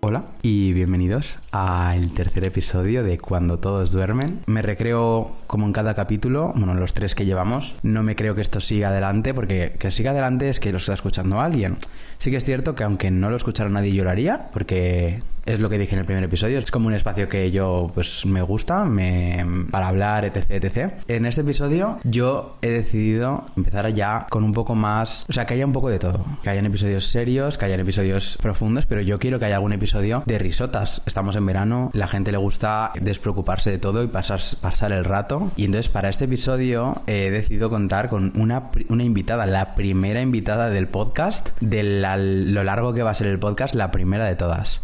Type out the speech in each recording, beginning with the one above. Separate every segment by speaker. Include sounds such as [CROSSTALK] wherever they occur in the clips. Speaker 1: Hola y bienvenidos al tercer episodio de Cuando todos duermen. Me recreo como en cada capítulo, bueno, los tres que llevamos. No me creo que esto siga adelante porque que siga adelante es que lo está escuchando alguien. Sí que es cierto que aunque no lo escuchara nadie lloraría porque es lo que dije en el primer episodio, es como un espacio que yo pues me gusta, me para hablar, etc, etc. En este episodio yo he decidido empezar ya con un poco más, o sea, que haya un poco de todo, que hayan episodios serios, que hayan episodios profundos, pero yo quiero que haya algún episodio de risotas. Estamos en verano, la gente le gusta despreocuparse de todo y pasar, pasar el rato. Y entonces para este episodio he decidido contar con una, una invitada, la primera invitada del podcast, de la, lo largo que va a ser el podcast, la primera de todas.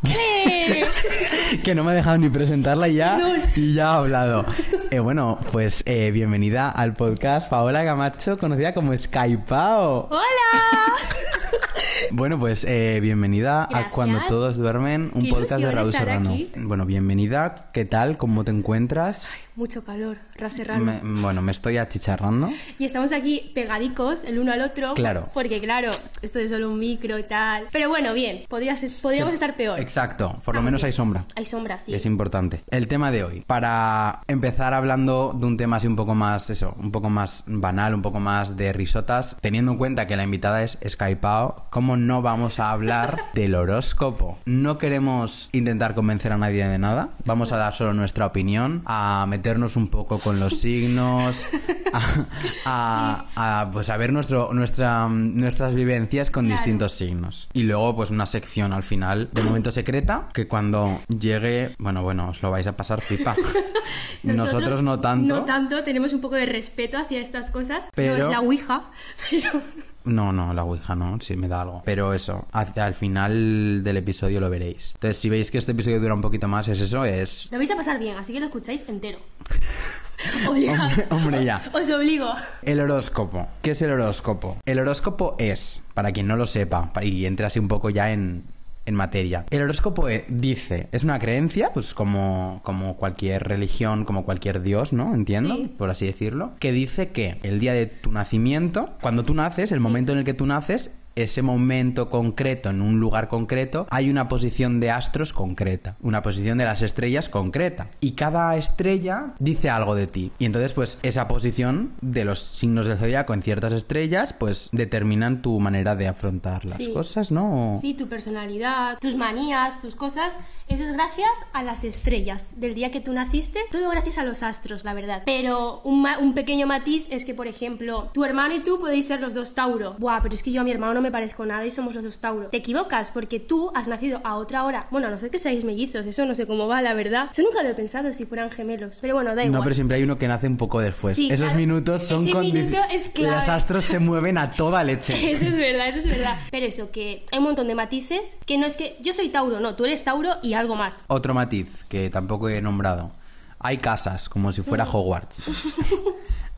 Speaker 1: que no me ha dejado ni presentarla y ya, no. y ya ha hablado. Eh, bueno, pues eh, bienvenida al podcast Paola Camacho, conocida como Skypao.
Speaker 2: ¡Hola!
Speaker 1: Bueno, pues eh, bienvenida
Speaker 2: Gracias.
Speaker 1: a Cuando Todos Duermen, un
Speaker 2: Qué
Speaker 1: podcast de
Speaker 2: ilusión
Speaker 1: Raúl
Speaker 2: estar
Speaker 1: Serrano.
Speaker 2: aquí.
Speaker 1: Bueno, bienvenida, ¿qué tal? ¿Cómo te encuentras?
Speaker 2: [LAUGHS] Mucho calor, raserrano.
Speaker 1: Me- bueno, me estoy achicharrando.
Speaker 2: Y estamos aquí pegadicos el uno al otro.
Speaker 1: Claro.
Speaker 2: Porque, claro, esto es solo un micro y tal. Pero bueno, bien, podría ser- podríamos
Speaker 1: Se-
Speaker 2: estar peor.
Speaker 1: Exacto, por lo
Speaker 2: Vamos
Speaker 1: menos
Speaker 2: bien.
Speaker 1: hay sombra.
Speaker 2: Hay sombra, sí.
Speaker 1: Es importante. El tema de hoy. Para empezar hablando de un tema así un poco más, eso, un poco más banal, un poco más de risotas, teniendo en cuenta que la invitada es Skypao, ¿cómo no vamos a
Speaker 2: [LAUGHS]
Speaker 1: hablar del horóscopo? No queremos intentar convencer a nadie de nada. Vamos a dar solo nuestra opinión, a meternos un poco con los
Speaker 2: [LAUGHS]
Speaker 1: signos, a, a- a, pues a ver nuestro, nuestra, nuestras vivencias con
Speaker 2: Claro.
Speaker 1: distintos signos. Y luego, pues una sección al final de momento secreta, que cuando llegue, bueno, bueno, os lo vais a pasar pipa. [LAUGHS] Nosotros, no tanto.
Speaker 2: No tanto, tenemos un poco de respeto hacia estas cosas.
Speaker 1: Pero-
Speaker 2: No es la ouija, [LAUGHS] pero.
Speaker 1: No, no, la Ouija no, sí me da algo. Pero eso, hacia el final del episodio lo veréis. Entonces, si veis que este episodio dura un poquito más, es eso, [LAUGHS] es...
Speaker 2: Lo vais a pasar bien, así que lo escucháis
Speaker 1: [LAUGHS]
Speaker 2: entero. Oiga,
Speaker 1: Hombre, hombre, ya.
Speaker 2: Os obligo.
Speaker 1: El horóscopo. ¿Qué es el horóscopo? El horóscopo es, para quien no lo sepa, pa- y entre así un poco ya en, en materia. El horóscopo e- dice, es una creencia, pues como, como cualquier religión, como cualquier dios, ¿no? Entiendo,
Speaker 2: Sí.
Speaker 1: por así decirlo, que dice que el día de tu nacimiento, cuando tú naces, el momento en el que tú naces, ese momento concreto, en un lugar concreto, hay una posición de astros concreta, una posición de las estrellas concreta. Y cada estrella dice algo de ti. Y entonces, pues, esa posición de los signos del zodiaco en ciertas estrellas, pues, determinan tu manera de afrontar las
Speaker 2: Sí.
Speaker 1: cosas, ¿no? O-
Speaker 2: Sí, tu personalidad, tus manías, tus cosas, eso es gracias a las estrellas del día que tú naciste, todo gracias a los astros, la verdad. Pero un, ma- un pequeño matiz es que, por ejemplo, tu hermano y tú podéis ser los dos Tauro. Buah, pero es que yo a mi hermano no me parezco nada y somos los dos Tauro. Te equivocas porque tú has nacido a otra hora. Bueno, a no sé que seáis mellizos, eso no sé cómo va, la verdad. Yo nunca lo he pensado si fueran gemelos, pero bueno, da igual.
Speaker 1: No, pero siempre hay uno que nace un poco después.
Speaker 2: Sí,
Speaker 1: Esos
Speaker 2: claro.
Speaker 1: minutos son
Speaker 2: Ese
Speaker 1: condi-
Speaker 2: minuto es clave.
Speaker 1: Los astros se mueven a toda
Speaker 2: [LAUGHS]
Speaker 1: leche.
Speaker 2: [LAUGHS] Eso es verdad, eso es verdad. Pero eso, que hay un montón de matices, que no es que yo soy Tauro, no, tú eres Tauro y algo más.
Speaker 1: Otro matiz que tampoco he nombrado. Hay casas, como si fuera
Speaker 2: [LAUGHS]
Speaker 1: Hogwarts.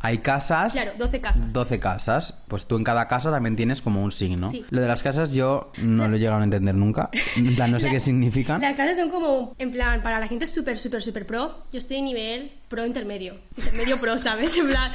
Speaker 1: Hay casas.
Speaker 2: Mm. Claro, 12 casas.
Speaker 1: 12 casas, pues tú en cada casa también tienes como un signo.
Speaker 2: Sí.
Speaker 1: Lo de las casas yo no lo he llegado a entender nunca. En plan, no sé
Speaker 2: La-
Speaker 1: qué significan.
Speaker 2: Las casas son como, en plan, para la gente súper, súper, súper pro. Yo estoy en nivel pro intermedio. Intermedio pro, [LAUGHS] ¿sabes? En plan.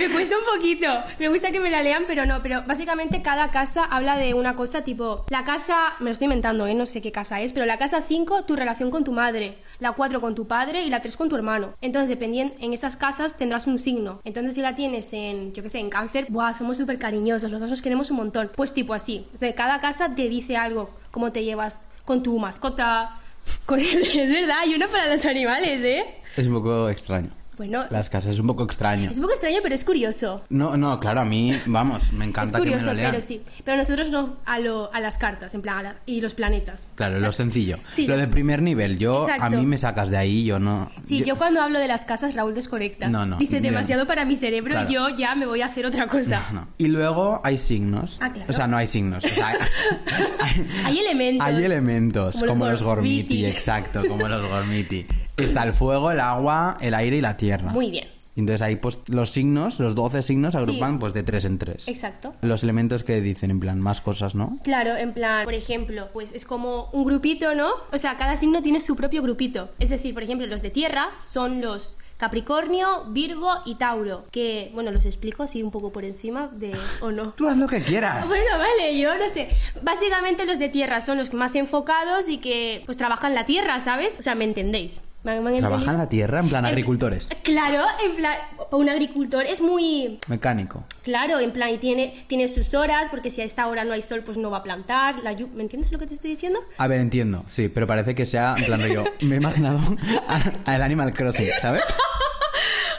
Speaker 2: Me cuesta un poquito. Me gusta que me la lean, pero no. Pero básicamente cada casa habla de una cosa tipo. La casa. Me lo estoy inventando, ¿eh? No sé qué casa es. Pero la casa 5, tu relación con tu madre. La 4 con tu padre y la 3 con tu hermano. Entonces, dependiendo. En esas casas tendrás un signo. Entonces, si la tienes en. Yo qué sé, en cáncer. Buah, somos súper cariñosos. Los dos nos queremos un montón. Pues tipo así. De cada casa te dice algo. Cómo te llevas con tu mascota. con- [LAUGHS] es verdad, hay uno para los animales, ¿eh?
Speaker 1: Es un poco extraño.
Speaker 2: Bueno,
Speaker 1: Las casas es un poco extraño.
Speaker 2: es un poco extraño, pero es curioso.
Speaker 1: No, no, claro, a mí, vamos, me
Speaker 2: es
Speaker 1: encanta que
Speaker 2: curioso,
Speaker 1: me lo lean.
Speaker 2: pero sí. Pero nosotros no a, lo- a las cartas, en plan, a la- y los planetas.
Speaker 1: Claro, lo sencillo.
Speaker 2: Sí,
Speaker 1: lo
Speaker 2: los-
Speaker 1: de primer nivel, yo a
Speaker 2: Exacto.
Speaker 1: mí me sacas de ahí, yo no.
Speaker 2: Sí, yo, cuando hablo de las casas, Raúl desconecta.
Speaker 1: No, no,
Speaker 2: Dice
Speaker 1: bien.
Speaker 2: demasiado para mi cerebro,
Speaker 1: Claro.
Speaker 2: yo ya me voy a hacer otra cosa.
Speaker 1: no. Y luego hay signos.
Speaker 2: Ah, claro.
Speaker 1: O sea, no [LAUGHS] hay signos. o
Speaker 2: [LAUGHS]
Speaker 1: sea, hay-
Speaker 2: Hay elementos.
Speaker 1: Hay elementos,
Speaker 2: Como
Speaker 1: como,
Speaker 2: los
Speaker 1: los gormiti,
Speaker 2: gormiti.
Speaker 1: exacto, como
Speaker 2: [LAUGHS]
Speaker 1: los gormiti. Está el fuego, el agua, el aire y la tierra.
Speaker 2: Muy bien.
Speaker 1: Entonces ahí pues los signos, los 12 signos se agrupan
Speaker 2: Sí.
Speaker 1: pues de tres en tres.
Speaker 2: Exacto.
Speaker 1: Los elementos que dicen en plan más cosas, ¿no?
Speaker 2: Claro, en plan, por ejemplo, pues es como un grupito, ¿no? O sea, cada signo tiene su propio grupito. Es decir, por ejemplo, los de tierra son los Capricornio, Virgo y Tauro. Que, bueno, los explico así un poco por encima de... o no.
Speaker 1: Tú haz lo que quieras.
Speaker 2: [LAUGHS] Bueno, vale, yo no sé. Básicamente los de tierra son los más enfocados y que pues trabajan la tierra, ¿sabes? O sea, ¿me entendéis? ¿Me han- me han
Speaker 1: Trabajan
Speaker 2: entendido?
Speaker 1: la tierra, en plan
Speaker 2: En-
Speaker 1: agricultores.
Speaker 2: Claro, en plan, un agricultor es muy...
Speaker 1: Mecánico.
Speaker 2: Claro, en plan, y tiene, tiene sus horas, porque si a esta hora no hay sol, pues no va a plantar. La llu- ¿Me entiendes lo que te
Speaker 1: [LAUGHS]
Speaker 2: estoy diciendo?
Speaker 1: A ver, entiendo, sí, pero parece que sea en plan rollo. Me he imaginado [LAUGHS] a- al Animal Crossing, ¿sabes?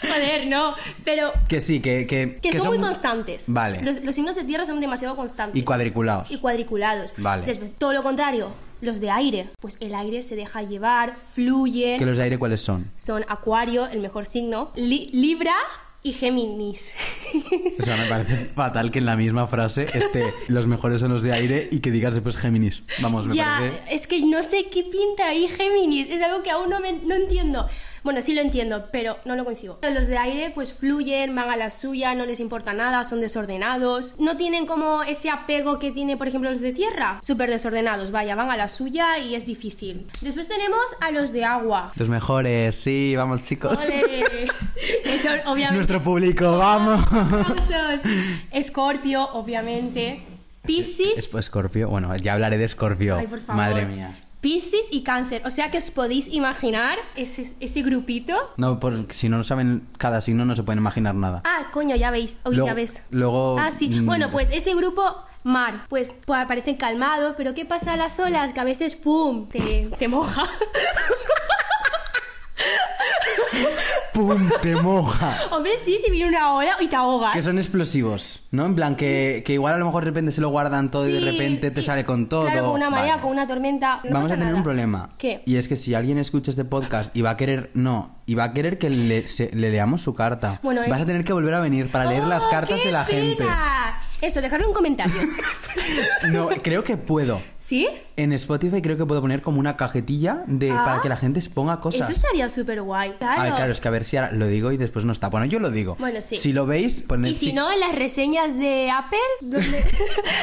Speaker 2: Joder, no. Pero
Speaker 1: Que sí, que. Que,
Speaker 2: que,
Speaker 1: que
Speaker 2: son, muy constantes.
Speaker 1: Vale.
Speaker 2: Los, los signos de tierra son demasiado constantes.
Speaker 1: Y cuadriculados.
Speaker 2: y cuadriculados.
Speaker 1: Vale.
Speaker 2: Después, todo lo contrario, los de aire. Pues el aire se deja llevar, fluye.
Speaker 1: ¿Que los de aire cuáles son?
Speaker 2: Son Acuario, el mejor signo, Li- Libra y Géminis. [LAUGHS]
Speaker 1: O sea, me parece fatal que en la misma frase esté los mejores son los de aire y que digas después Géminis. Vamos, me
Speaker 2: ya,
Speaker 1: parece.
Speaker 2: es que no sé qué pinta ahí Géminis. Es algo que aún no, me, no entiendo. Bueno, sí lo entiendo, pero no lo concibo. Pero Los de aire pues fluyen, van a la suya, no les importa nada, son desordenados. No tienen como ese apego que tiene, por ejemplo, los de tierra. Súper desordenados, vaya, van a la suya y es difícil. Después tenemos a los de agua.
Speaker 1: Los mejores, sí, vamos chicos. [LAUGHS]
Speaker 2: ¡Ole! Que son, obviamente,
Speaker 1: Nuestro público, vamos.
Speaker 2: Aplausos. Escorpio, obviamente. Piscis.
Speaker 1: Es pues, Scorpio, bueno, ya hablaré de Scorpio.
Speaker 2: Ay, por favor.
Speaker 1: Madre mía.
Speaker 2: Piscis y cáncer. O sea que os podéis imaginar ese, ese grupito.
Speaker 1: No, por- si no lo saben cada signo no se pueden imaginar nada.
Speaker 2: Ah, coño, ya veis. Uy,
Speaker 1: Luego-
Speaker 2: ya ves.
Speaker 1: luego,
Speaker 2: Ah, sí.
Speaker 1: mm.
Speaker 2: Bueno, pues ese grupo mar. Pues, pues parecen calmados, pero ¿qué pasa a las olas? Que a veces, ¡pum! Te, te moja. [LAUGHS]
Speaker 1: ¡Pum! Te moja.
Speaker 2: Hombre, sí, si viene una ola y te ahogas.
Speaker 1: Que son explosivos, ¿no? En plan, que, que igual a lo mejor de repente se lo guardan todo y de
Speaker 2: Sí,
Speaker 1: repente te
Speaker 2: y-
Speaker 1: sale con todo.
Speaker 2: Claro, con una marea,
Speaker 1: Vale.
Speaker 2: con una tormenta. no
Speaker 1: Vamos
Speaker 2: pasa
Speaker 1: a tener
Speaker 2: nada.
Speaker 1: un problema.
Speaker 2: ¿Qué?
Speaker 1: Y es que si alguien escucha este podcast y va a querer. No, y va a querer que le, se- le leamos su carta.
Speaker 2: Bueno, eh.
Speaker 1: Vas a tener que volver a venir para leer
Speaker 2: ¡Oh,
Speaker 1: las cartas
Speaker 2: qué
Speaker 1: de la gente.
Speaker 2: pena! Eso, dejadme un comentario.
Speaker 1: [LAUGHS] No, creo que puedo.
Speaker 2: ¿Sí?
Speaker 1: En Spotify creo que puedo poner como una cajetilla de
Speaker 2: Ah.
Speaker 1: para que la gente exponga cosas.
Speaker 2: Eso estaría súper guay. Claro.
Speaker 1: A ver, claro, es que a ver si ahora lo digo y después no está. Bueno, yo lo digo.
Speaker 2: Bueno, sí.
Speaker 1: Si lo veis, poned
Speaker 2: Y si
Speaker 1: sí.
Speaker 2: no, en las reseñas de Apple,
Speaker 1: [LAUGHS]
Speaker 2: donde-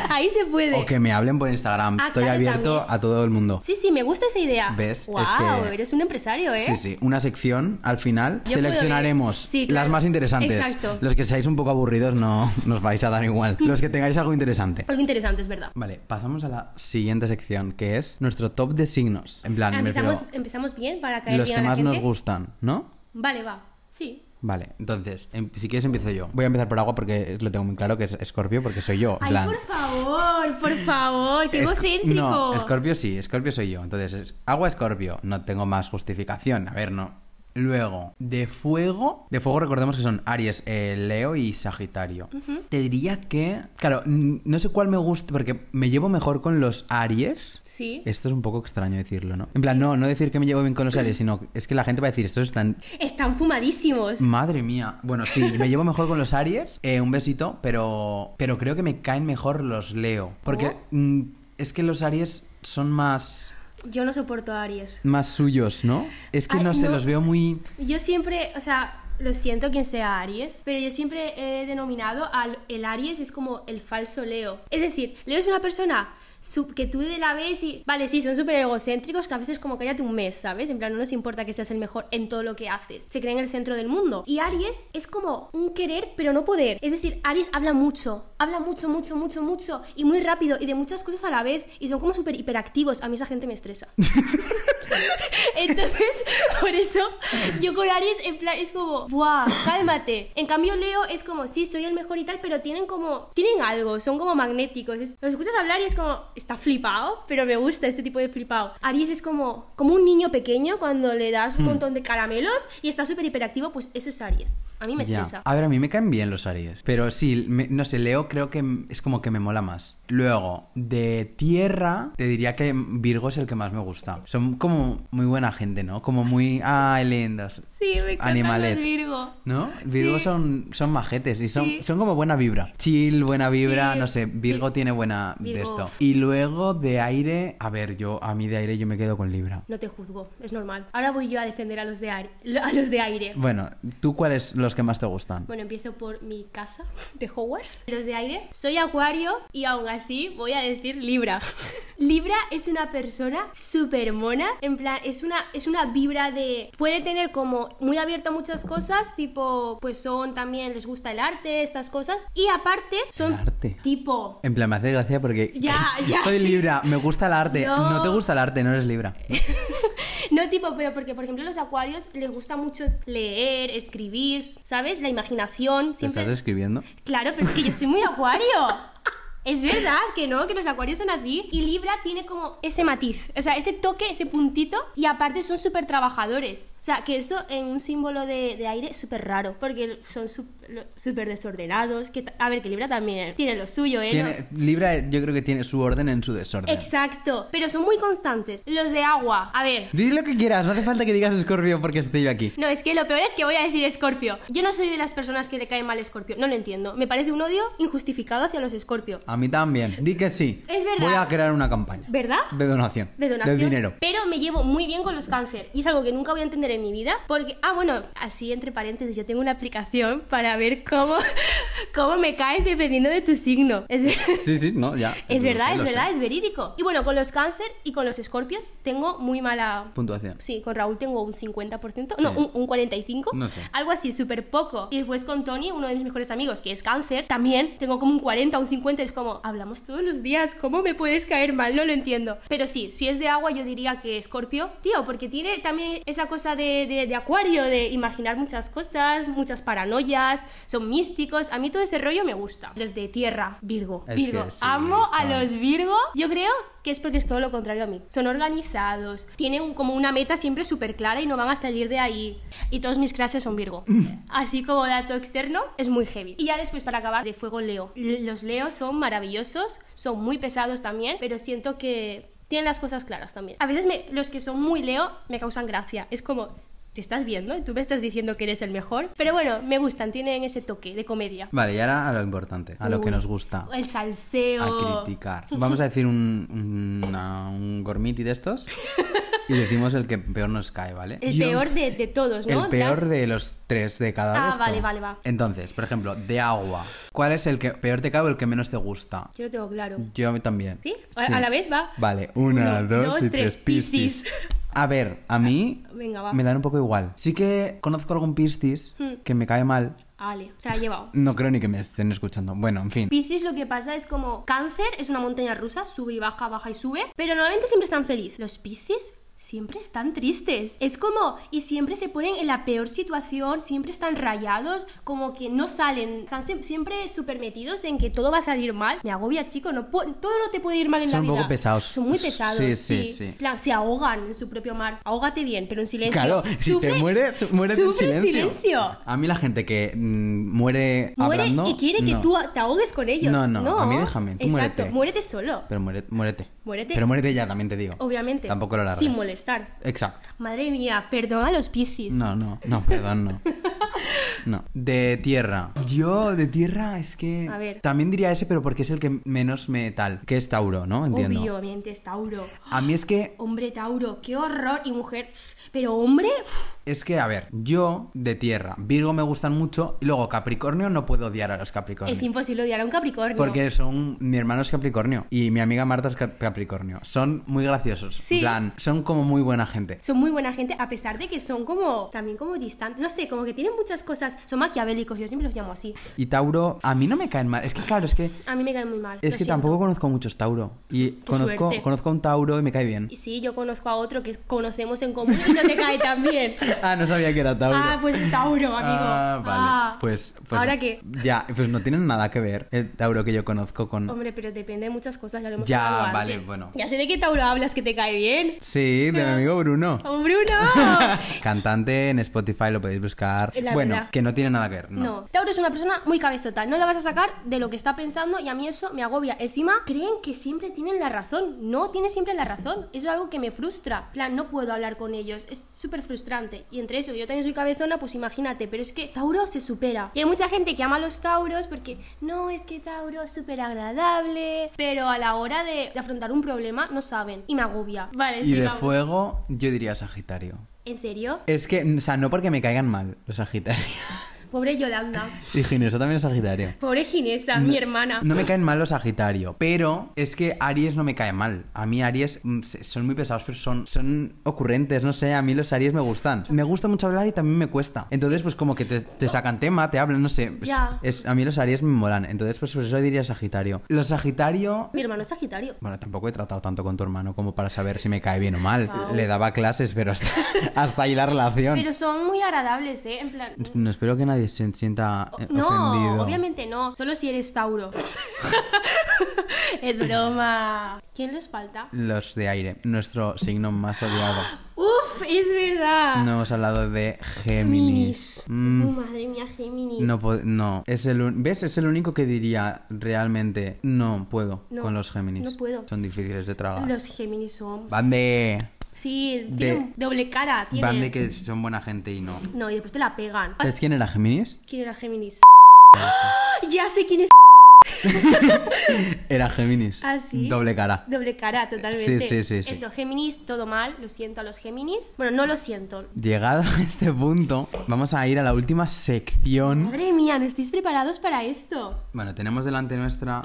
Speaker 2: ahí se puede.
Speaker 1: O que me hablen por Instagram.
Speaker 2: Ah,
Speaker 1: Estoy
Speaker 2: claro,
Speaker 1: abierto
Speaker 2: también.
Speaker 1: a todo el mundo.
Speaker 2: Sí, sí, me gusta esa idea.
Speaker 1: ¿Ves?
Speaker 2: Wow,
Speaker 1: Es que-
Speaker 2: eres un empresario, ¿eh?
Speaker 1: Sí, sí, una sección al final.
Speaker 2: Yo
Speaker 1: Seleccionaremos
Speaker 2: puedo ver. Sí, claro.
Speaker 1: las más interesantes.
Speaker 2: Exacto.
Speaker 1: Los que seáis un poco aburridos no [LAUGHS] nos vais a dar igual. Los que tengáis algo interesante.
Speaker 2: Algo interesante, es verdad.
Speaker 1: Vale, pasamos a la siguiente sección, que es nuestro top de signos. En plan, me refiero,
Speaker 2: Empezamos, empezamos bien para caer
Speaker 1: los
Speaker 2: bien
Speaker 1: que
Speaker 2: a la
Speaker 1: más
Speaker 2: gente.
Speaker 1: nos gustan, ¿no?
Speaker 2: Vale, va. Sí.
Speaker 1: Vale, entonces, em- si quieres empiezo yo. Voy a empezar por agua porque lo tengo muy claro que es Scorpio, porque soy yo. en
Speaker 2: Ay,
Speaker 1: plan,
Speaker 2: por favor, por favor, qué
Speaker 1: Esc-
Speaker 2: egocéntrico.
Speaker 1: No, Scorpio sí, Scorpio soy yo. Entonces, es- agua Scorpio, no tengo más justificación. A ver, no. Luego, de fuego. De fuego recordemos que son Aries, eh, Leo y Sagitario. Te diría que. Claro, n- no sé cuál me gusta, porque me llevo mejor con los Aries.
Speaker 2: Sí.
Speaker 1: Esto es un poco extraño decirlo, ¿no? En plan, no, no decir que me llevo bien con los Aries, sino es que la gente va a decir, estos están
Speaker 2: Están fumadísimos.
Speaker 1: Madre mía. Bueno, sí, me llevo mejor con los Aries. eh, un besito, pero, pero creo que me caen mejor los Leo. Porque
Speaker 2: ¿Cómo?
Speaker 1: mm, es que los Aries son más,
Speaker 2: Yo no soporto a Aries.
Speaker 1: más suyos, ¿no? Es que
Speaker 2: Ay,
Speaker 1: no sé,
Speaker 2: no.
Speaker 1: los veo muy...
Speaker 2: Yo siempre, o sea, lo siento quien sea Aries, pero yo siempre he denominado al el Aries es como el falso Leo. Es decir, Leo es una persona su- que tú de la vez y... Vale, sí, son súper egocéntricos que a veces como cállate un mes, ¿sabes? En plan, no nos importa que seas el mejor en todo lo que haces. Se creen el centro del mundo. Y Aries es como un querer pero no poder. Es decir, Aries habla mucho, habla mucho, mucho, mucho, mucho y muy rápido y de muchas cosas a la vez y son como súper hiperactivos. A mí esa gente me estresa. Entonces, [LAUGHS] por eso, yo con Aries, en plan, es como, ¡buah! ¡Cálmate! En cambio, Leo es como, sí, soy el mejor y tal, pero tienen como, tienen algo, son como magnéticos. Es- los escuchas hablar y es como, está flipado, pero me gusta este tipo de flipado. Aries es como, como un niño pequeño cuando le das
Speaker 1: Hmm.
Speaker 2: un montón de caramelos y está súper hiperactivo, pues eso es Aries. A mí me
Speaker 1: Ya.
Speaker 2: estresa.
Speaker 1: A ver, a mí me caen bien los Aries. Pero sí, me- no sé, Leo creo que m- es como que me mola más. Luego, de tierra, te diría que Virgo es el que más me gusta. Son como muy buena gente, ¿no? Como muy... ¡Ay, lindos!
Speaker 2: Sí, me encantan
Speaker 1: Animalet.
Speaker 2: los Virgo.
Speaker 1: ¿No? Virgo
Speaker 2: Sí.
Speaker 1: son, son majetes y son,
Speaker 2: Sí.
Speaker 1: son como buena vibra. Chill, buena vibra,
Speaker 2: Sí.
Speaker 1: no sé, Virgo
Speaker 2: Vi-
Speaker 1: tiene buena de
Speaker 2: Virgo.
Speaker 1: esto. Y luego de aire, a ver, yo a mí de aire yo me quedo con Libra.
Speaker 2: No te juzgo, es normal. Ahora voy yo a defender a los de aire. A los de aire.
Speaker 1: Bueno, ¿tú cuáles los que más te gustan?
Speaker 2: Bueno, empiezo por mi casa de Hogwarts, los de aire. Soy acuario y aún así voy a decir Libra. [LAUGHS] Libra es una persona súper mona. En plan, es una, es una vibra de. Puede tener como muy abierto a muchas cosas, tipo, pues son también, les gusta el arte, estas cosas. Y aparte, son.
Speaker 1: El arte.
Speaker 2: Tipo. [LAUGHS]
Speaker 1: En plan, me hace gracia porque [LAUGHS]
Speaker 2: Ya, ya,
Speaker 1: soy
Speaker 2: sí.
Speaker 1: Libra, me gusta el arte.
Speaker 2: No.
Speaker 1: No. te gusta el arte, no eres
Speaker 2: [LAUGHS]
Speaker 1: Libra.
Speaker 2: No, tipo, pero porque, por ejemplo, los acuarios les gusta mucho leer, escribir, ¿sabes? La imaginación.
Speaker 1: ¿Te
Speaker 2: Siempre.
Speaker 1: estás escribiendo?
Speaker 2: Claro, pero es que yo soy muy acuario. Es verdad que no, que los acuarios son así. Y Libra tiene como ese matiz, o sea, ese toque, ese puntito. Y aparte son súper trabajadores. O sea, que eso en un símbolo de, de aire es súper raro, porque son sup- lo- súper desordenados. Que, ta- a ver, que Libra también tiene lo suyo, ¿eh? No-
Speaker 1: Tiene- Libra yo creo que tiene su orden en su desorden.
Speaker 2: Exacto, pero son muy constantes. Los de agua, a ver.
Speaker 1: Di lo que quieras, no hace falta que digas escorpio porque estoy yo aquí.
Speaker 2: No, es que lo peor es que voy a decir Escorpio. Yo no soy de las personas que le cae mal Escorpio, no lo entiendo. Me parece un odio injustificado hacia los Escorpio.
Speaker 1: A mí también. Di que sí.
Speaker 2: Es verdad.
Speaker 1: Voy a crear una campaña.
Speaker 2: ¿Verdad?
Speaker 1: De donación.
Speaker 2: De donación.
Speaker 1: dinero.
Speaker 2: Pero me llevo muy bien con los cáncer. Y es algo que nunca voy a entender en mi vida. Porque, ah, bueno, así entre paréntesis, yo tengo una aplicación para ver cómo, [LAUGHS] cómo me caes dependiendo de tu signo. Es, ver-
Speaker 1: Sí, sí, no, ya.
Speaker 2: es
Speaker 1: Lo
Speaker 2: verdad,
Speaker 1: sé,
Speaker 2: es
Speaker 1: lo sé.
Speaker 2: verdad, es verídico. Y bueno, con los cáncer y con los escorpios tengo muy mala...
Speaker 1: Puntuación.
Speaker 2: Sí, con Raúl tengo un 50%, no,
Speaker 1: Sí.
Speaker 2: un, un 45%,
Speaker 1: No sé.
Speaker 2: algo así, súper poco. Y después con Tony, uno de mis mejores amigos, que es cáncer, también tengo como un 40, un 50, es como, hablamos todos los días, ¿cómo me puedes caer mal? No lo entiendo. Pero sí, si es de agua, yo diría que Escorpio, tío, porque tiene también esa cosa de, de- de acuario, de imaginar muchas cosas, muchas paranoias, son místicos, a mí todo ese rollo me gusta. Los de tierra, Virgo,
Speaker 1: Es
Speaker 2: Virgo,
Speaker 1: que sí,
Speaker 2: amo a
Speaker 1: son-
Speaker 2: los Virgo, yo creo que es porque es todo lo contrario a mí. Son organizados, tienen un- como una meta siempre súper clara y no van a salir de ahí. Y todos mis clases
Speaker 1: [LAUGHS]
Speaker 2: son Virgo. Así como dato externo, es muy heavy. Y ya después, para acabar, de fuego Leo. L- Los Leos son maravillosos, son muy pesados también, pero siento que tienen las cosas claras también. A veces me- los que son muy Leo me causan gracia. Es como... Te estás viendo y tú me estás diciendo que eres el mejor. Pero bueno, me gustan, tienen ese toque de comedia.
Speaker 1: Vale, y ahora a lo importante, a lo que
Speaker 2: Uy,
Speaker 1: nos gusta.
Speaker 2: El salseo.
Speaker 1: A
Speaker 2: [LAUGHS]
Speaker 1: criticar. Vamos a decir un, un, una- un gormiti de estos y decimos el que peor nos cae, ¿vale?
Speaker 2: El
Speaker 1: Yo-
Speaker 2: peor de, de todos, ¿no?
Speaker 1: El
Speaker 2: En plan-
Speaker 1: peor de los tres de cada
Speaker 2: Ah,
Speaker 1: de esto.
Speaker 2: vale, vale, va.
Speaker 1: Entonces, por ejemplo, de agua. ¿Cuál es el que peor te cae o el que menos te gusta?
Speaker 2: Yo lo tengo claro.
Speaker 1: Yo a mí también.
Speaker 2: ¿Sí? A- a la vez, va.
Speaker 1: Vale, una,
Speaker 2: Uno,
Speaker 1: dos,
Speaker 2: dos,
Speaker 1: y
Speaker 2: tres,
Speaker 1: tres.
Speaker 2: Piscis.
Speaker 1: Piscis. A ver, a mí
Speaker 2: [LAUGHS] Venga, va. Hmm.
Speaker 1: me dan un poco igual. Sí que conozco algún Piscis que me cae mal.
Speaker 2: Vale, se la ha llevado.
Speaker 1: No creo ni que me estén escuchando. Bueno, en fin.
Speaker 2: Piscis lo que pasa es como cáncer, es una montaña rusa, sube y baja, baja y sube, pero normalmente siempre están feliz. Los Piscis siempre están tristes. Es como, y siempre se ponen en la peor situación, siempre están rayados, como que no salen, están sie- siempre súper metidos en que todo va a salir mal. Me agobia, chico, no pu- todo no te puede ir mal en
Speaker 1: Son
Speaker 2: la
Speaker 1: un
Speaker 2: vida.
Speaker 1: poco pesados.
Speaker 2: Son muy pesados.
Speaker 1: Sí, sí, sí.
Speaker 2: En plan, se ahogan en su propio mar. Ahógate bien, pero en silencio.
Speaker 1: Claro, si
Speaker 2: Sufre-
Speaker 1: te mueres, mueres en
Speaker 2: sufre en
Speaker 1: silencio.
Speaker 2: silencio.
Speaker 1: A mí la gente que mm, muere,
Speaker 2: Muere
Speaker 1: hablando...
Speaker 2: y quiere que
Speaker 1: no.
Speaker 2: tú te ahogues con ellos.
Speaker 1: No, no, a mí déjame, tú
Speaker 2: Exacto,
Speaker 1: muérete.
Speaker 2: solo.
Speaker 1: Pero muere- muérete.
Speaker 2: Muérete.
Speaker 1: Pero muérete ya, también te digo.
Speaker 2: Obviamente.
Speaker 1: Tampoco lo alargues.
Speaker 2: Sin molestar.
Speaker 1: Exacto.
Speaker 2: Madre mía, perdona a los piscis.
Speaker 1: No, no, no, perdón, no. No. De tierra. Yo de tierra es que.
Speaker 2: A ver.
Speaker 1: También diría ese, pero porque es el que menos me tal. Que es Tauro, ¿no? Entiendo.
Speaker 2: Obviamente es Tauro.
Speaker 1: A mí es que.
Speaker 2: Hombre Tauro, qué horror. Y mujer, pero hombre, uf,
Speaker 1: Es que, a ver, yo de tierra. Virgo me gustan mucho. Y luego Capricornio no puedo odiar a los Capricornios.
Speaker 2: es imposible odiar a un Capricornio.
Speaker 1: Porque son. Mi hermano es Capricornio. Y mi amiga Marta es Cap- Capricornio. Son muy graciosos.
Speaker 2: Sí.
Speaker 1: En plan, son como muy buena gente.
Speaker 2: Son muy buena gente, a pesar de que son como también como distantes. No sé, como que tienen muchas cosas. Son maquiavélicos, yo siempre los llamo así.
Speaker 1: Y Tauro, a mí no me caen mal. Es que, claro, es que.
Speaker 2: A mí me caen muy mal.
Speaker 1: Es
Speaker 2: lo
Speaker 1: que
Speaker 2: siento.
Speaker 1: tampoco conozco muchos Tauro. Y conozco,
Speaker 2: suerte.
Speaker 1: conozco a un Tauro y me cae bien.
Speaker 2: Y sí, yo conozco a otro que conocemos en común y no te cae tan bien.
Speaker 1: [LAUGHS] Ah, no sabía que era Tauro.
Speaker 2: Ah, pues es Tauro, amigo.
Speaker 1: [LAUGHS] Ah, vale.
Speaker 2: Ah.
Speaker 1: Pues, pues-
Speaker 2: Ahora qué.
Speaker 1: Ya, pues no tienen nada que ver el Tauro que yo conozco con.
Speaker 2: Hombre, pero depende de muchas cosas, ya lo hemos
Speaker 1: Ya,
Speaker 2: hablado
Speaker 1: vale,
Speaker 2: antes.
Speaker 1: bueno.
Speaker 2: Ya sé de qué Tauro hablas, que te cae bien.
Speaker 1: Sí, de mi amigo Bruno. [LAUGHS]
Speaker 2: ¡Oh, Bruno!
Speaker 1: Cantante en Spotify, lo podéis buscar.
Speaker 2: La
Speaker 1: bueno,
Speaker 2: verdad.
Speaker 1: que no tiene nada que ver. No.
Speaker 2: No, Tauro es una persona muy cabezota, no la vas a sacar de lo que está pensando y a mí eso me agobia. Encima, creen que siempre tienen la razón, no tienen siempre la razón. Eso es algo que me frustra. En plan, no puedo hablar con ellos, es súper frustrante. Y entre eso, yo también soy cabezona, pues imagínate, pero es que Tauro se supera. Y hay mucha gente que ama a los Tauros porque, no, es que Tauro es súper agradable, pero a la hora de, de afrontar un problema no saben y me agobia. Vale,
Speaker 1: y
Speaker 2: sí,
Speaker 1: de
Speaker 2: vamos.
Speaker 1: fuego, yo diría Sagitario.
Speaker 2: ¿En serio?
Speaker 1: Es que, o sea, no porque me caigan mal los Sagitarios. [LAUGHS]
Speaker 2: Pobre Yolanda.
Speaker 1: Y Ginesa también es Sagitario.
Speaker 2: Pobre Ginesa, mi hermana.
Speaker 1: No me caen mal los Sagitario, pero es que Aries no me cae mal. A mí Aries mm, se- son muy pesados, pero son, son ocurrentes, no sé, a mí los Aries me gustan. Me gusta mucho hablar y también me cuesta. Entonces, pues como que te, te sacan tema, te hablan, no sé. pues,
Speaker 2: Ya.
Speaker 1: es- a mí los Aries me molan, entonces pues por eso diría Sagitario. Los Sagitario...
Speaker 2: Mi hermano es Sagitario.
Speaker 1: Bueno, tampoco he tratado tanto con tu hermano como para saber si me cae bien o
Speaker 2: [LAUGHS]
Speaker 1: mal. Le daba clases, pero hasta, [LAUGHS] hasta ahí la relación.
Speaker 2: Pero son muy agradables, ¿eh? En plan.
Speaker 1: No espero que nadie se sienta eh,
Speaker 2: No,
Speaker 1: ofendido.
Speaker 2: obviamente no. Solo si eres Tauro. [LAUGHS] es broma. ¿Quién les falta?
Speaker 1: Los de aire, nuestro signo más odiado.
Speaker 2: Uf, es verdad.
Speaker 1: No hemos hablado de Géminis.
Speaker 2: Ah. Géminis.
Speaker 1: Mm,
Speaker 2: Oh, madre mía, Géminis.
Speaker 1: No, po- no, es el un- ¿ves? Es el único que diría realmente no puedo
Speaker 2: No,
Speaker 1: con los Géminis.
Speaker 2: no puedo.
Speaker 1: Son difíciles de trabajar.
Speaker 2: Los Géminis son.
Speaker 1: Van de
Speaker 2: Sí,
Speaker 1: De-
Speaker 2: tienen doble cara. Tienen...
Speaker 1: van de que son buena gente y no.
Speaker 2: No, y después te la pegan.
Speaker 1: ¿Sabes quién era Géminis?
Speaker 2: ¿Quién
Speaker 1: [LAUGHS]
Speaker 2: era Géminis? ¡Ah! Ya sé quién es.
Speaker 1: Era Géminis.
Speaker 2: ¿Ah, sí?
Speaker 1: Doble cara.
Speaker 2: Doble cara, totalmente.
Speaker 1: Sí, sí, sí, sí.
Speaker 2: Eso, Géminis, todo mal. Lo siento a los Géminis. Bueno, no lo siento.
Speaker 1: Llegado a este punto, vamos a ir a la última sección.
Speaker 2: Madre mía, ¿no estáis preparados para esto?
Speaker 1: Bueno, tenemos delante nuestra.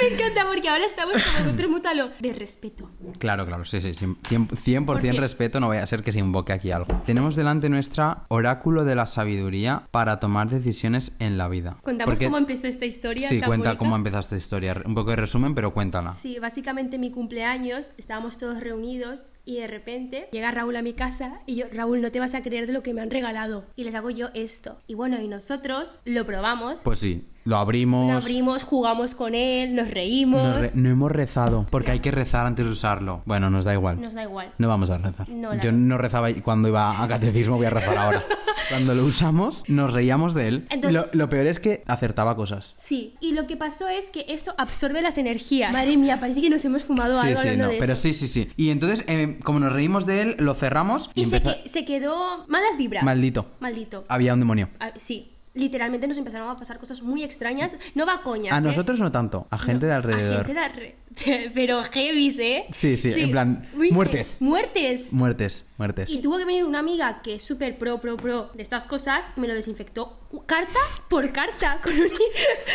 Speaker 2: Me encanta porque ahora estamos como en otro mútalo de respeto.
Speaker 1: Claro, claro, sí, sí, cien- cien- 100%,
Speaker 2: Porque-
Speaker 1: respeto, no vaya a ser que se invoque aquí algo. Tenemos delante nuestra oráculo de la sabiduría para tomar decisiones en la vida.
Speaker 2: Contamos
Speaker 1: Porque-
Speaker 2: cómo empezó esta historia.
Speaker 1: Sí,
Speaker 2: tan
Speaker 1: cuenta
Speaker 2: bonita.
Speaker 1: cómo empezó esta historia. Un poco de resumen, pero cuéntala.
Speaker 2: Sí, básicamente mi cumpleaños, estábamos todos reunidos y de repente llega Raúl a mi casa y yo, Raúl, no te vas a creer de lo que me han regalado. Y les hago yo esto. Y bueno, y nosotros lo probamos,
Speaker 1: Pues sí, lo abrimos.
Speaker 2: lo abrimos, jugamos con él, nos reímos.
Speaker 1: nos re- no hemos rezado, porque hay que rezar antes de usarlo. Bueno, nos da igual.
Speaker 2: Nos da igual.
Speaker 1: No vamos a rezar.
Speaker 2: No, la
Speaker 1: Yo
Speaker 2: verdad.
Speaker 1: no rezaba y- cuando iba a catecismo, voy a rezar
Speaker 2: [LAUGHS]
Speaker 1: ahora. cuando lo usamos, nos reíamos de él.
Speaker 2: Entonces-
Speaker 1: Lo, lo peor es que acertaba cosas.
Speaker 2: Sí, y lo que pasó es que esto absorbe las energías. Madre mía, parece que nos hemos fumado
Speaker 1: Sí,
Speaker 2: algo
Speaker 1: sí,
Speaker 2: hablando
Speaker 1: no,
Speaker 2: de
Speaker 1: pero
Speaker 2: esto.
Speaker 1: sí, sí, sí. Y entonces, eh, como nos reímos de él, lo cerramos y,
Speaker 2: Y se,
Speaker 1: empezó...
Speaker 2: que- se quedó malas vibras.
Speaker 1: Maldito.
Speaker 2: Maldito.
Speaker 1: Había un demonio.
Speaker 2: Ah, sí, literalmente nos empezaron a pasar cosas muy extrañas. No va a coñas.
Speaker 1: A
Speaker 2: ¿eh?
Speaker 1: nosotros no tanto, a gente de
Speaker 2: No,
Speaker 1: alrededor.
Speaker 2: a gente de alre- [LAUGHS] Pero heavy, ¿eh?
Speaker 1: Sí, sí, en plan,
Speaker 2: muy heavy.
Speaker 1: muertes.
Speaker 2: Muertes.
Speaker 1: Muertes, muertes.
Speaker 2: Y tuvo que venir una amiga que es súper pro, pro, pro de estas cosas, y me lo desinfectó carta por carta [LAUGHS] con un...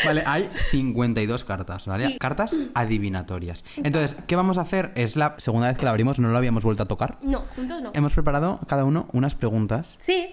Speaker 1: Vale, hay 52 cartas, ¿vale?
Speaker 2: Sí.
Speaker 1: Cartas adivinatorias. Entonces, ¿qué vamos a hacer? Es la segunda vez que la abrimos, no lo habíamos vuelto a tocar.
Speaker 2: No, juntos no.
Speaker 1: Hemos preparado cada uno unas preguntas.
Speaker 2: Sí,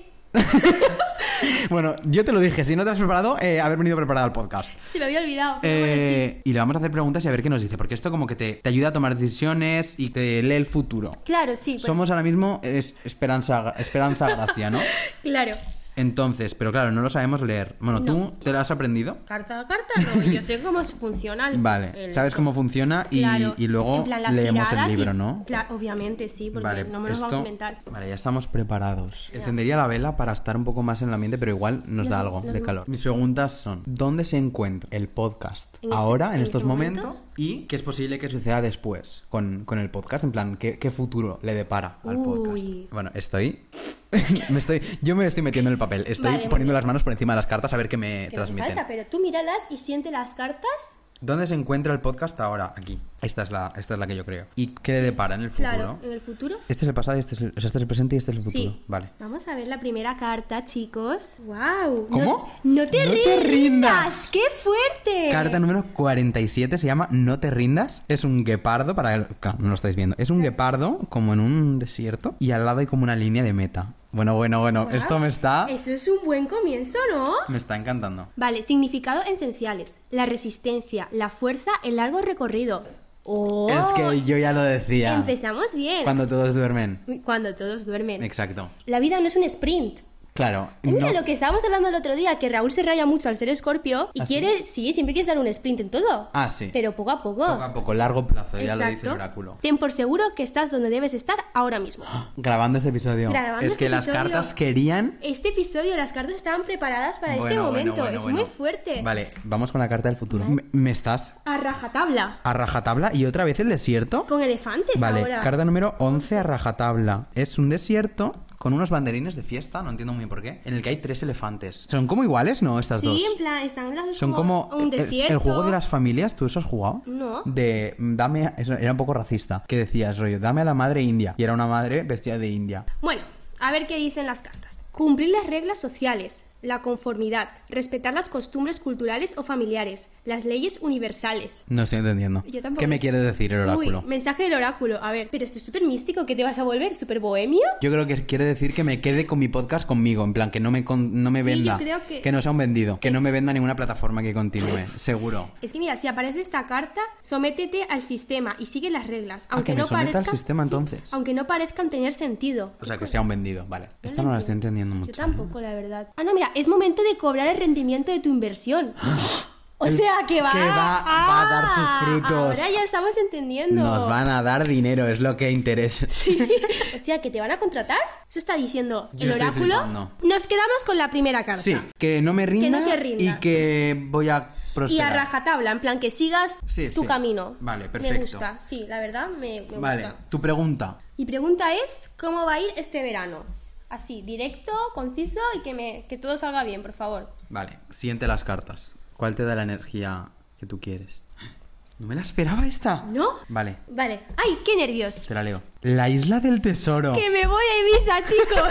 Speaker 1: Bueno, yo te lo dije, si no te has preparado, eh, haber venido preparado al podcast.
Speaker 2: se me había olvidado. pero bueno, sí.
Speaker 1: Eh, y le vamos a hacer preguntas y a ver qué nos dice, porque esto como que te, te ayuda a tomar decisiones y te lee el futuro.
Speaker 2: Claro, sí. pues,
Speaker 1: Somos ahora mismo es- Esperanza, Esperanza Gracia, ¿no?
Speaker 2: Claro.
Speaker 1: Entonces, pero claro, no lo sabemos leer. Bueno,
Speaker 2: No.
Speaker 1: ¿tú te lo has aprendido?
Speaker 2: Carta a carta no, yo sé cómo funciona el-
Speaker 1: Vale,
Speaker 2: el
Speaker 1: sabes
Speaker 2: esto.
Speaker 1: cómo funciona y,
Speaker 2: Claro.
Speaker 1: y luego
Speaker 2: En plan, las
Speaker 1: leemos el
Speaker 2: tiradas y-
Speaker 1: libro, ¿no?
Speaker 2: Claro, obviamente sí, porque no me los vamos a inventar.
Speaker 1: Vale, ya estamos preparados. Encendería la vela para estar un poco más en el ambiente, pero igual nos da algo
Speaker 2: nos
Speaker 1: de
Speaker 2: da-
Speaker 1: calor. Mis preguntas son, ¿dónde se encuentra el podcast
Speaker 2: En este-
Speaker 1: ahora, en,
Speaker 2: en
Speaker 1: estos
Speaker 2: estos
Speaker 1: momentos?
Speaker 2: momentos?
Speaker 1: Y qué es posible que suceda después con, con el podcast, en plan, ¿qué, qué futuro le depara al
Speaker 2: Uy.
Speaker 1: podcast? Bueno, estoy... [LAUGHS] me estoy... Yo me estoy metiendo en el papel, estoy
Speaker 2: Vale, muy
Speaker 1: poniendo
Speaker 2: bien.
Speaker 1: las manos por encima de las cartas a ver qué me
Speaker 2: Que no hace
Speaker 1: transmiten.
Speaker 2: falta, pero tú míralas y siente las cartas.
Speaker 1: ¿Dónde se encuentra el podcast ahora? Aquí. Esta es la, esta es la que yo creo. ¿Y qué le depara en el futuro?
Speaker 2: Claro, en el futuro.
Speaker 1: Este es el pasado, y este es el, o sea, este es el presente y este es el futuro.
Speaker 2: Sí.
Speaker 1: Vale.
Speaker 2: Vamos a ver la primera carta, chicos. ¡Wow!
Speaker 1: ¿Cómo?
Speaker 2: No, no te,
Speaker 1: No
Speaker 2: ri-
Speaker 1: te rindas.
Speaker 2: rindas. ¡Qué fuerte!
Speaker 1: Carta número 47 se llama No te rindas. Es un guepardo, para el... claro, no lo estáis viendo. Es un guepardo como en un desierto y al lado hay como una línea de meta. Bueno, bueno, bueno.
Speaker 2: Guau.
Speaker 1: Esto me está...
Speaker 2: Eso es un buen comienzo, ¿no?
Speaker 1: Me está encantando.
Speaker 2: Vale, significado esenciales. La resistencia, la fuerza, el largo recorrido. ¡Oh!
Speaker 1: Es que yo ya lo decía.
Speaker 2: Empezamos bien.
Speaker 1: Cuando todos duermen.
Speaker 2: Cuando todos duermen.
Speaker 1: Exacto.
Speaker 2: La vida no es un sprint.
Speaker 1: Claro.
Speaker 2: Mira
Speaker 1: no-
Speaker 2: lo que estábamos hablando el otro día, que Raúl se raya mucho al ser escorpio y
Speaker 1: ¿Ah, sí?
Speaker 2: quiere, sí, siempre quieres dar un sprint en todo.
Speaker 1: Ah, sí.
Speaker 2: Pero poco a poco.
Speaker 1: Poco a poco, largo plazo, ya lo dice el
Speaker 2: Exacto.
Speaker 1: oráculo.
Speaker 2: Ten por seguro que estás donde debes estar
Speaker 1: [GASPS]
Speaker 2: ahora mismo.
Speaker 1: Grabando este episodio.
Speaker 2: Grabando
Speaker 1: es
Speaker 2: este
Speaker 1: que las
Speaker 2: episodio.
Speaker 1: cartas querían.
Speaker 2: Este episodio, las cartas estaban preparadas para este
Speaker 1: Bueno, bueno,
Speaker 2: momento.
Speaker 1: bueno,
Speaker 2: es
Speaker 1: bueno.
Speaker 2: muy fuerte.
Speaker 1: Vale, vamos con la carta del futuro. Me, me estás
Speaker 2: A rajatabla.
Speaker 1: a rajatabla y otra vez el desierto.
Speaker 2: Con elefantes
Speaker 1: Vale,
Speaker 2: ahora.
Speaker 1: carta número 11 a rajatabla. Es un desierto con unos banderines de fiesta, no entiendo muy bien por qué, en el que hay tres elefantes. ¿Son como iguales? No, estas
Speaker 2: sí,
Speaker 1: dos.
Speaker 2: en plan, están las dos
Speaker 1: Son como,
Speaker 2: un
Speaker 1: el-
Speaker 2: desierto.
Speaker 1: El, juego de las familias, ¿tú eso has jugado?
Speaker 2: No.
Speaker 1: De mm, dame, a- eso era un poco racista, que decías, rollo, dame a la madre india. Y era una madre vestida de india.
Speaker 2: Bueno, a ver qué dicen las cartas. Cumplir las reglas sociales, la conformidad, respetar las costumbres culturales o familiares, las leyes universales.
Speaker 1: No estoy entendiendo.
Speaker 2: Yo tampoco.
Speaker 1: ¿Qué me quiere decir el oráculo?
Speaker 2: Uy, mensaje del oráculo. A ver, pero esto es súper místico, ¿qué te vas a volver? ¿Súper bohemio?
Speaker 1: Yo creo que quiere decir que me quede con mi podcast conmigo, en plan, que no me, con- no me
Speaker 2: Sí,
Speaker 1: venda,
Speaker 2: yo creo que-
Speaker 1: no sea un vendido, que no me venda ninguna plataforma que continúe, seguro.
Speaker 2: Es que mira, si aparece esta carta, sométete al sistema y sigue las reglas,
Speaker 1: Ah,
Speaker 2: aunque
Speaker 1: que me
Speaker 2: no
Speaker 1: someta
Speaker 2: parezcan
Speaker 1: al sistema, entonces.
Speaker 2: aunque no parezcan tener sentido.
Speaker 1: O sea, que sea un vendido, vale. Esta no la estoy entendiendo mucho.
Speaker 2: Yo tampoco, la verdad. Ah, no, mira, es momento de cobrar el rendimiento de tu
Speaker 1: [GASPS]
Speaker 2: inversión. O sea, que va,
Speaker 1: que va- va a dar sus
Speaker 2: Ah,
Speaker 1: frutos.
Speaker 2: Ahora ya estamos entendiendo.
Speaker 1: Nos van a dar dinero, es lo que interesa.
Speaker 2: [LAUGHS] O sea, que te van a contratar. Eso está diciendo
Speaker 1: Yo
Speaker 2: el
Speaker 1: estoy
Speaker 2: oráculo.
Speaker 1: flipando.
Speaker 2: Nos quedamos con la primera carta.
Speaker 1: Sí, que no me rinda,
Speaker 2: te rinda.
Speaker 1: y que voy a
Speaker 2: Y
Speaker 1: prosperar.
Speaker 2: a rajatabla, en plan que sigas
Speaker 1: Sí,
Speaker 2: tu
Speaker 1: sí.
Speaker 2: camino.
Speaker 1: Vale,
Speaker 2: Me
Speaker 1: perfecto.
Speaker 2: gusta, sí, la verdad me, me
Speaker 1: Vale,
Speaker 2: gusta.
Speaker 1: tu pregunta.
Speaker 2: Mi pregunta es, ¿cómo va a ir este verano? Así, directo, conciso y que, me, que todo salga bien, por favor.
Speaker 1: Vale, siguiente las cartas. ¿Cuál te da la energía que tú quieres? No me la esperaba esta.
Speaker 2: ¿No?
Speaker 1: Vale,
Speaker 2: Vale. ¡Ay, qué nervios!
Speaker 1: te la leo. La isla del tesoro.
Speaker 2: ¡Que me voy a Ibiza, chicos!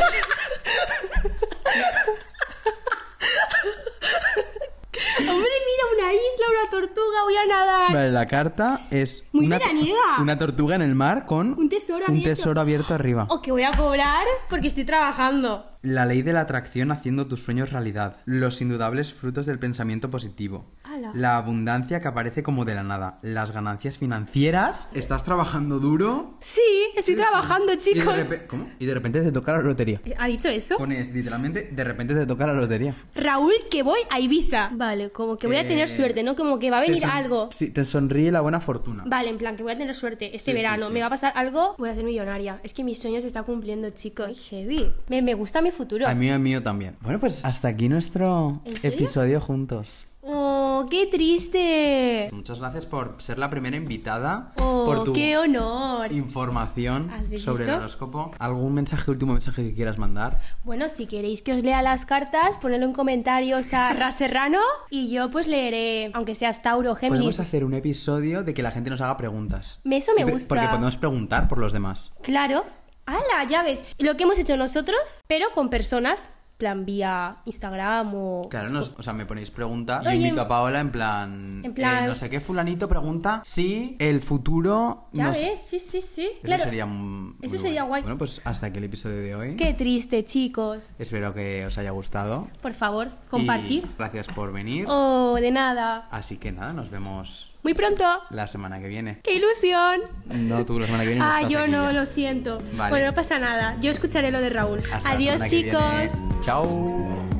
Speaker 2: Hombre, mira, una isla, una tortuga, voy a nadar.
Speaker 1: Vale, la carta es
Speaker 2: Muy
Speaker 1: una,
Speaker 2: veraniega.
Speaker 1: una tortuga en el mar con
Speaker 2: Un tesoro
Speaker 1: un
Speaker 2: abierto.
Speaker 1: tesoro abierto arriba.
Speaker 2: O que voy a cobrar porque estoy trabajando.
Speaker 1: La ley de la atracción haciendo tus sueños realidad. Los indudables frutos del pensamiento positivo.
Speaker 2: Ala.
Speaker 1: La abundancia que aparece como de la nada. Las ganancias financieras. Estás trabajando duro.
Speaker 2: Sí, estoy trabajando, chicos.
Speaker 1: Y de, repe- ¿Cómo? Y de repente te toca la lotería.
Speaker 2: ¿Ha dicho eso?
Speaker 1: Pones literalmente, de repente te toca la lotería.
Speaker 2: Raúl, que voy a Ibiza. Vale, como que voy a tener
Speaker 1: Eh,
Speaker 2: suerte, ¿no? Como que va a
Speaker 1: Te
Speaker 2: venir
Speaker 1: son-
Speaker 2: algo.
Speaker 1: Sí, te sonríe la buena fortuna.
Speaker 2: Vale, en plan, que voy a tener suerte este
Speaker 1: Sí, sí,
Speaker 2: verano.
Speaker 1: sí.
Speaker 2: Me va a pasar algo, voy a ser millonaria. Es que mis sueños se está cumpliendo, chicos. Ay, heavy. Me, me gusta mi futuro.
Speaker 1: A mí, a mío también. Bueno, pues hasta aquí nuestro
Speaker 2: ¿En serio?
Speaker 1: episodio juntos.
Speaker 2: Oh, qué triste.
Speaker 1: Muchas gracias por ser la primera invitada.
Speaker 2: Oh,
Speaker 1: por tu
Speaker 2: qué honor.
Speaker 1: información
Speaker 2: ¿Has visto?
Speaker 1: sobre el horóscopo. ¿Algún mensaje, último mensaje que quieras mandar?
Speaker 2: Bueno, si queréis que os lea las cartas, ponedlo en
Speaker 1: [LAUGHS]
Speaker 2: comentarios a Ra Serrano y yo pues leeré, aunque seas Tauro, Géminis.
Speaker 1: Podemos hacer un episodio de que la gente nos haga preguntas.
Speaker 2: Eso me
Speaker 1: Y pe-
Speaker 2: gusta.
Speaker 1: Porque podemos preguntar por los demás.
Speaker 2: Claro. ¡Hala! Ya ves. Lo que hemos hecho nosotros, pero con personas, plan vía Instagram o...
Speaker 1: Claro, nos- o sea, me ponéis preguntas. Yo
Speaker 2: Oye,
Speaker 1: invito a Paola en plan.
Speaker 2: en plan-
Speaker 1: eh, no sé qué, Fulanito pregunta si el futuro.
Speaker 2: Ya
Speaker 1: no sé-
Speaker 2: ves, sí, sí, sí.
Speaker 1: Eso
Speaker 2: claro.
Speaker 1: sería. mm,
Speaker 2: Eso
Speaker 1: muy
Speaker 2: sería
Speaker 1: bueno.
Speaker 2: guay.
Speaker 1: Bueno, pues hasta aquí el episodio de hoy.
Speaker 2: Qué triste, chicos.
Speaker 1: Espero que os haya gustado.
Speaker 2: Por favor, compartir.
Speaker 1: Y gracias por venir.
Speaker 2: Oh, de nada.
Speaker 1: Así que nada, nos vemos
Speaker 2: Muy pronto.
Speaker 1: la semana que viene.
Speaker 2: ¡Qué ilusión!
Speaker 1: No, tú la semana que viene. no
Speaker 2: Ah,
Speaker 1: estás
Speaker 2: yo
Speaker 1: aquí
Speaker 2: no,
Speaker 1: ya.
Speaker 2: lo siento.
Speaker 1: Vale.
Speaker 2: Bueno, no pasa nada. Yo escucharé lo de Raúl.
Speaker 1: Hasta la
Speaker 2: Adiós,
Speaker 1: semana que
Speaker 2: chicos.
Speaker 1: viene. Chao.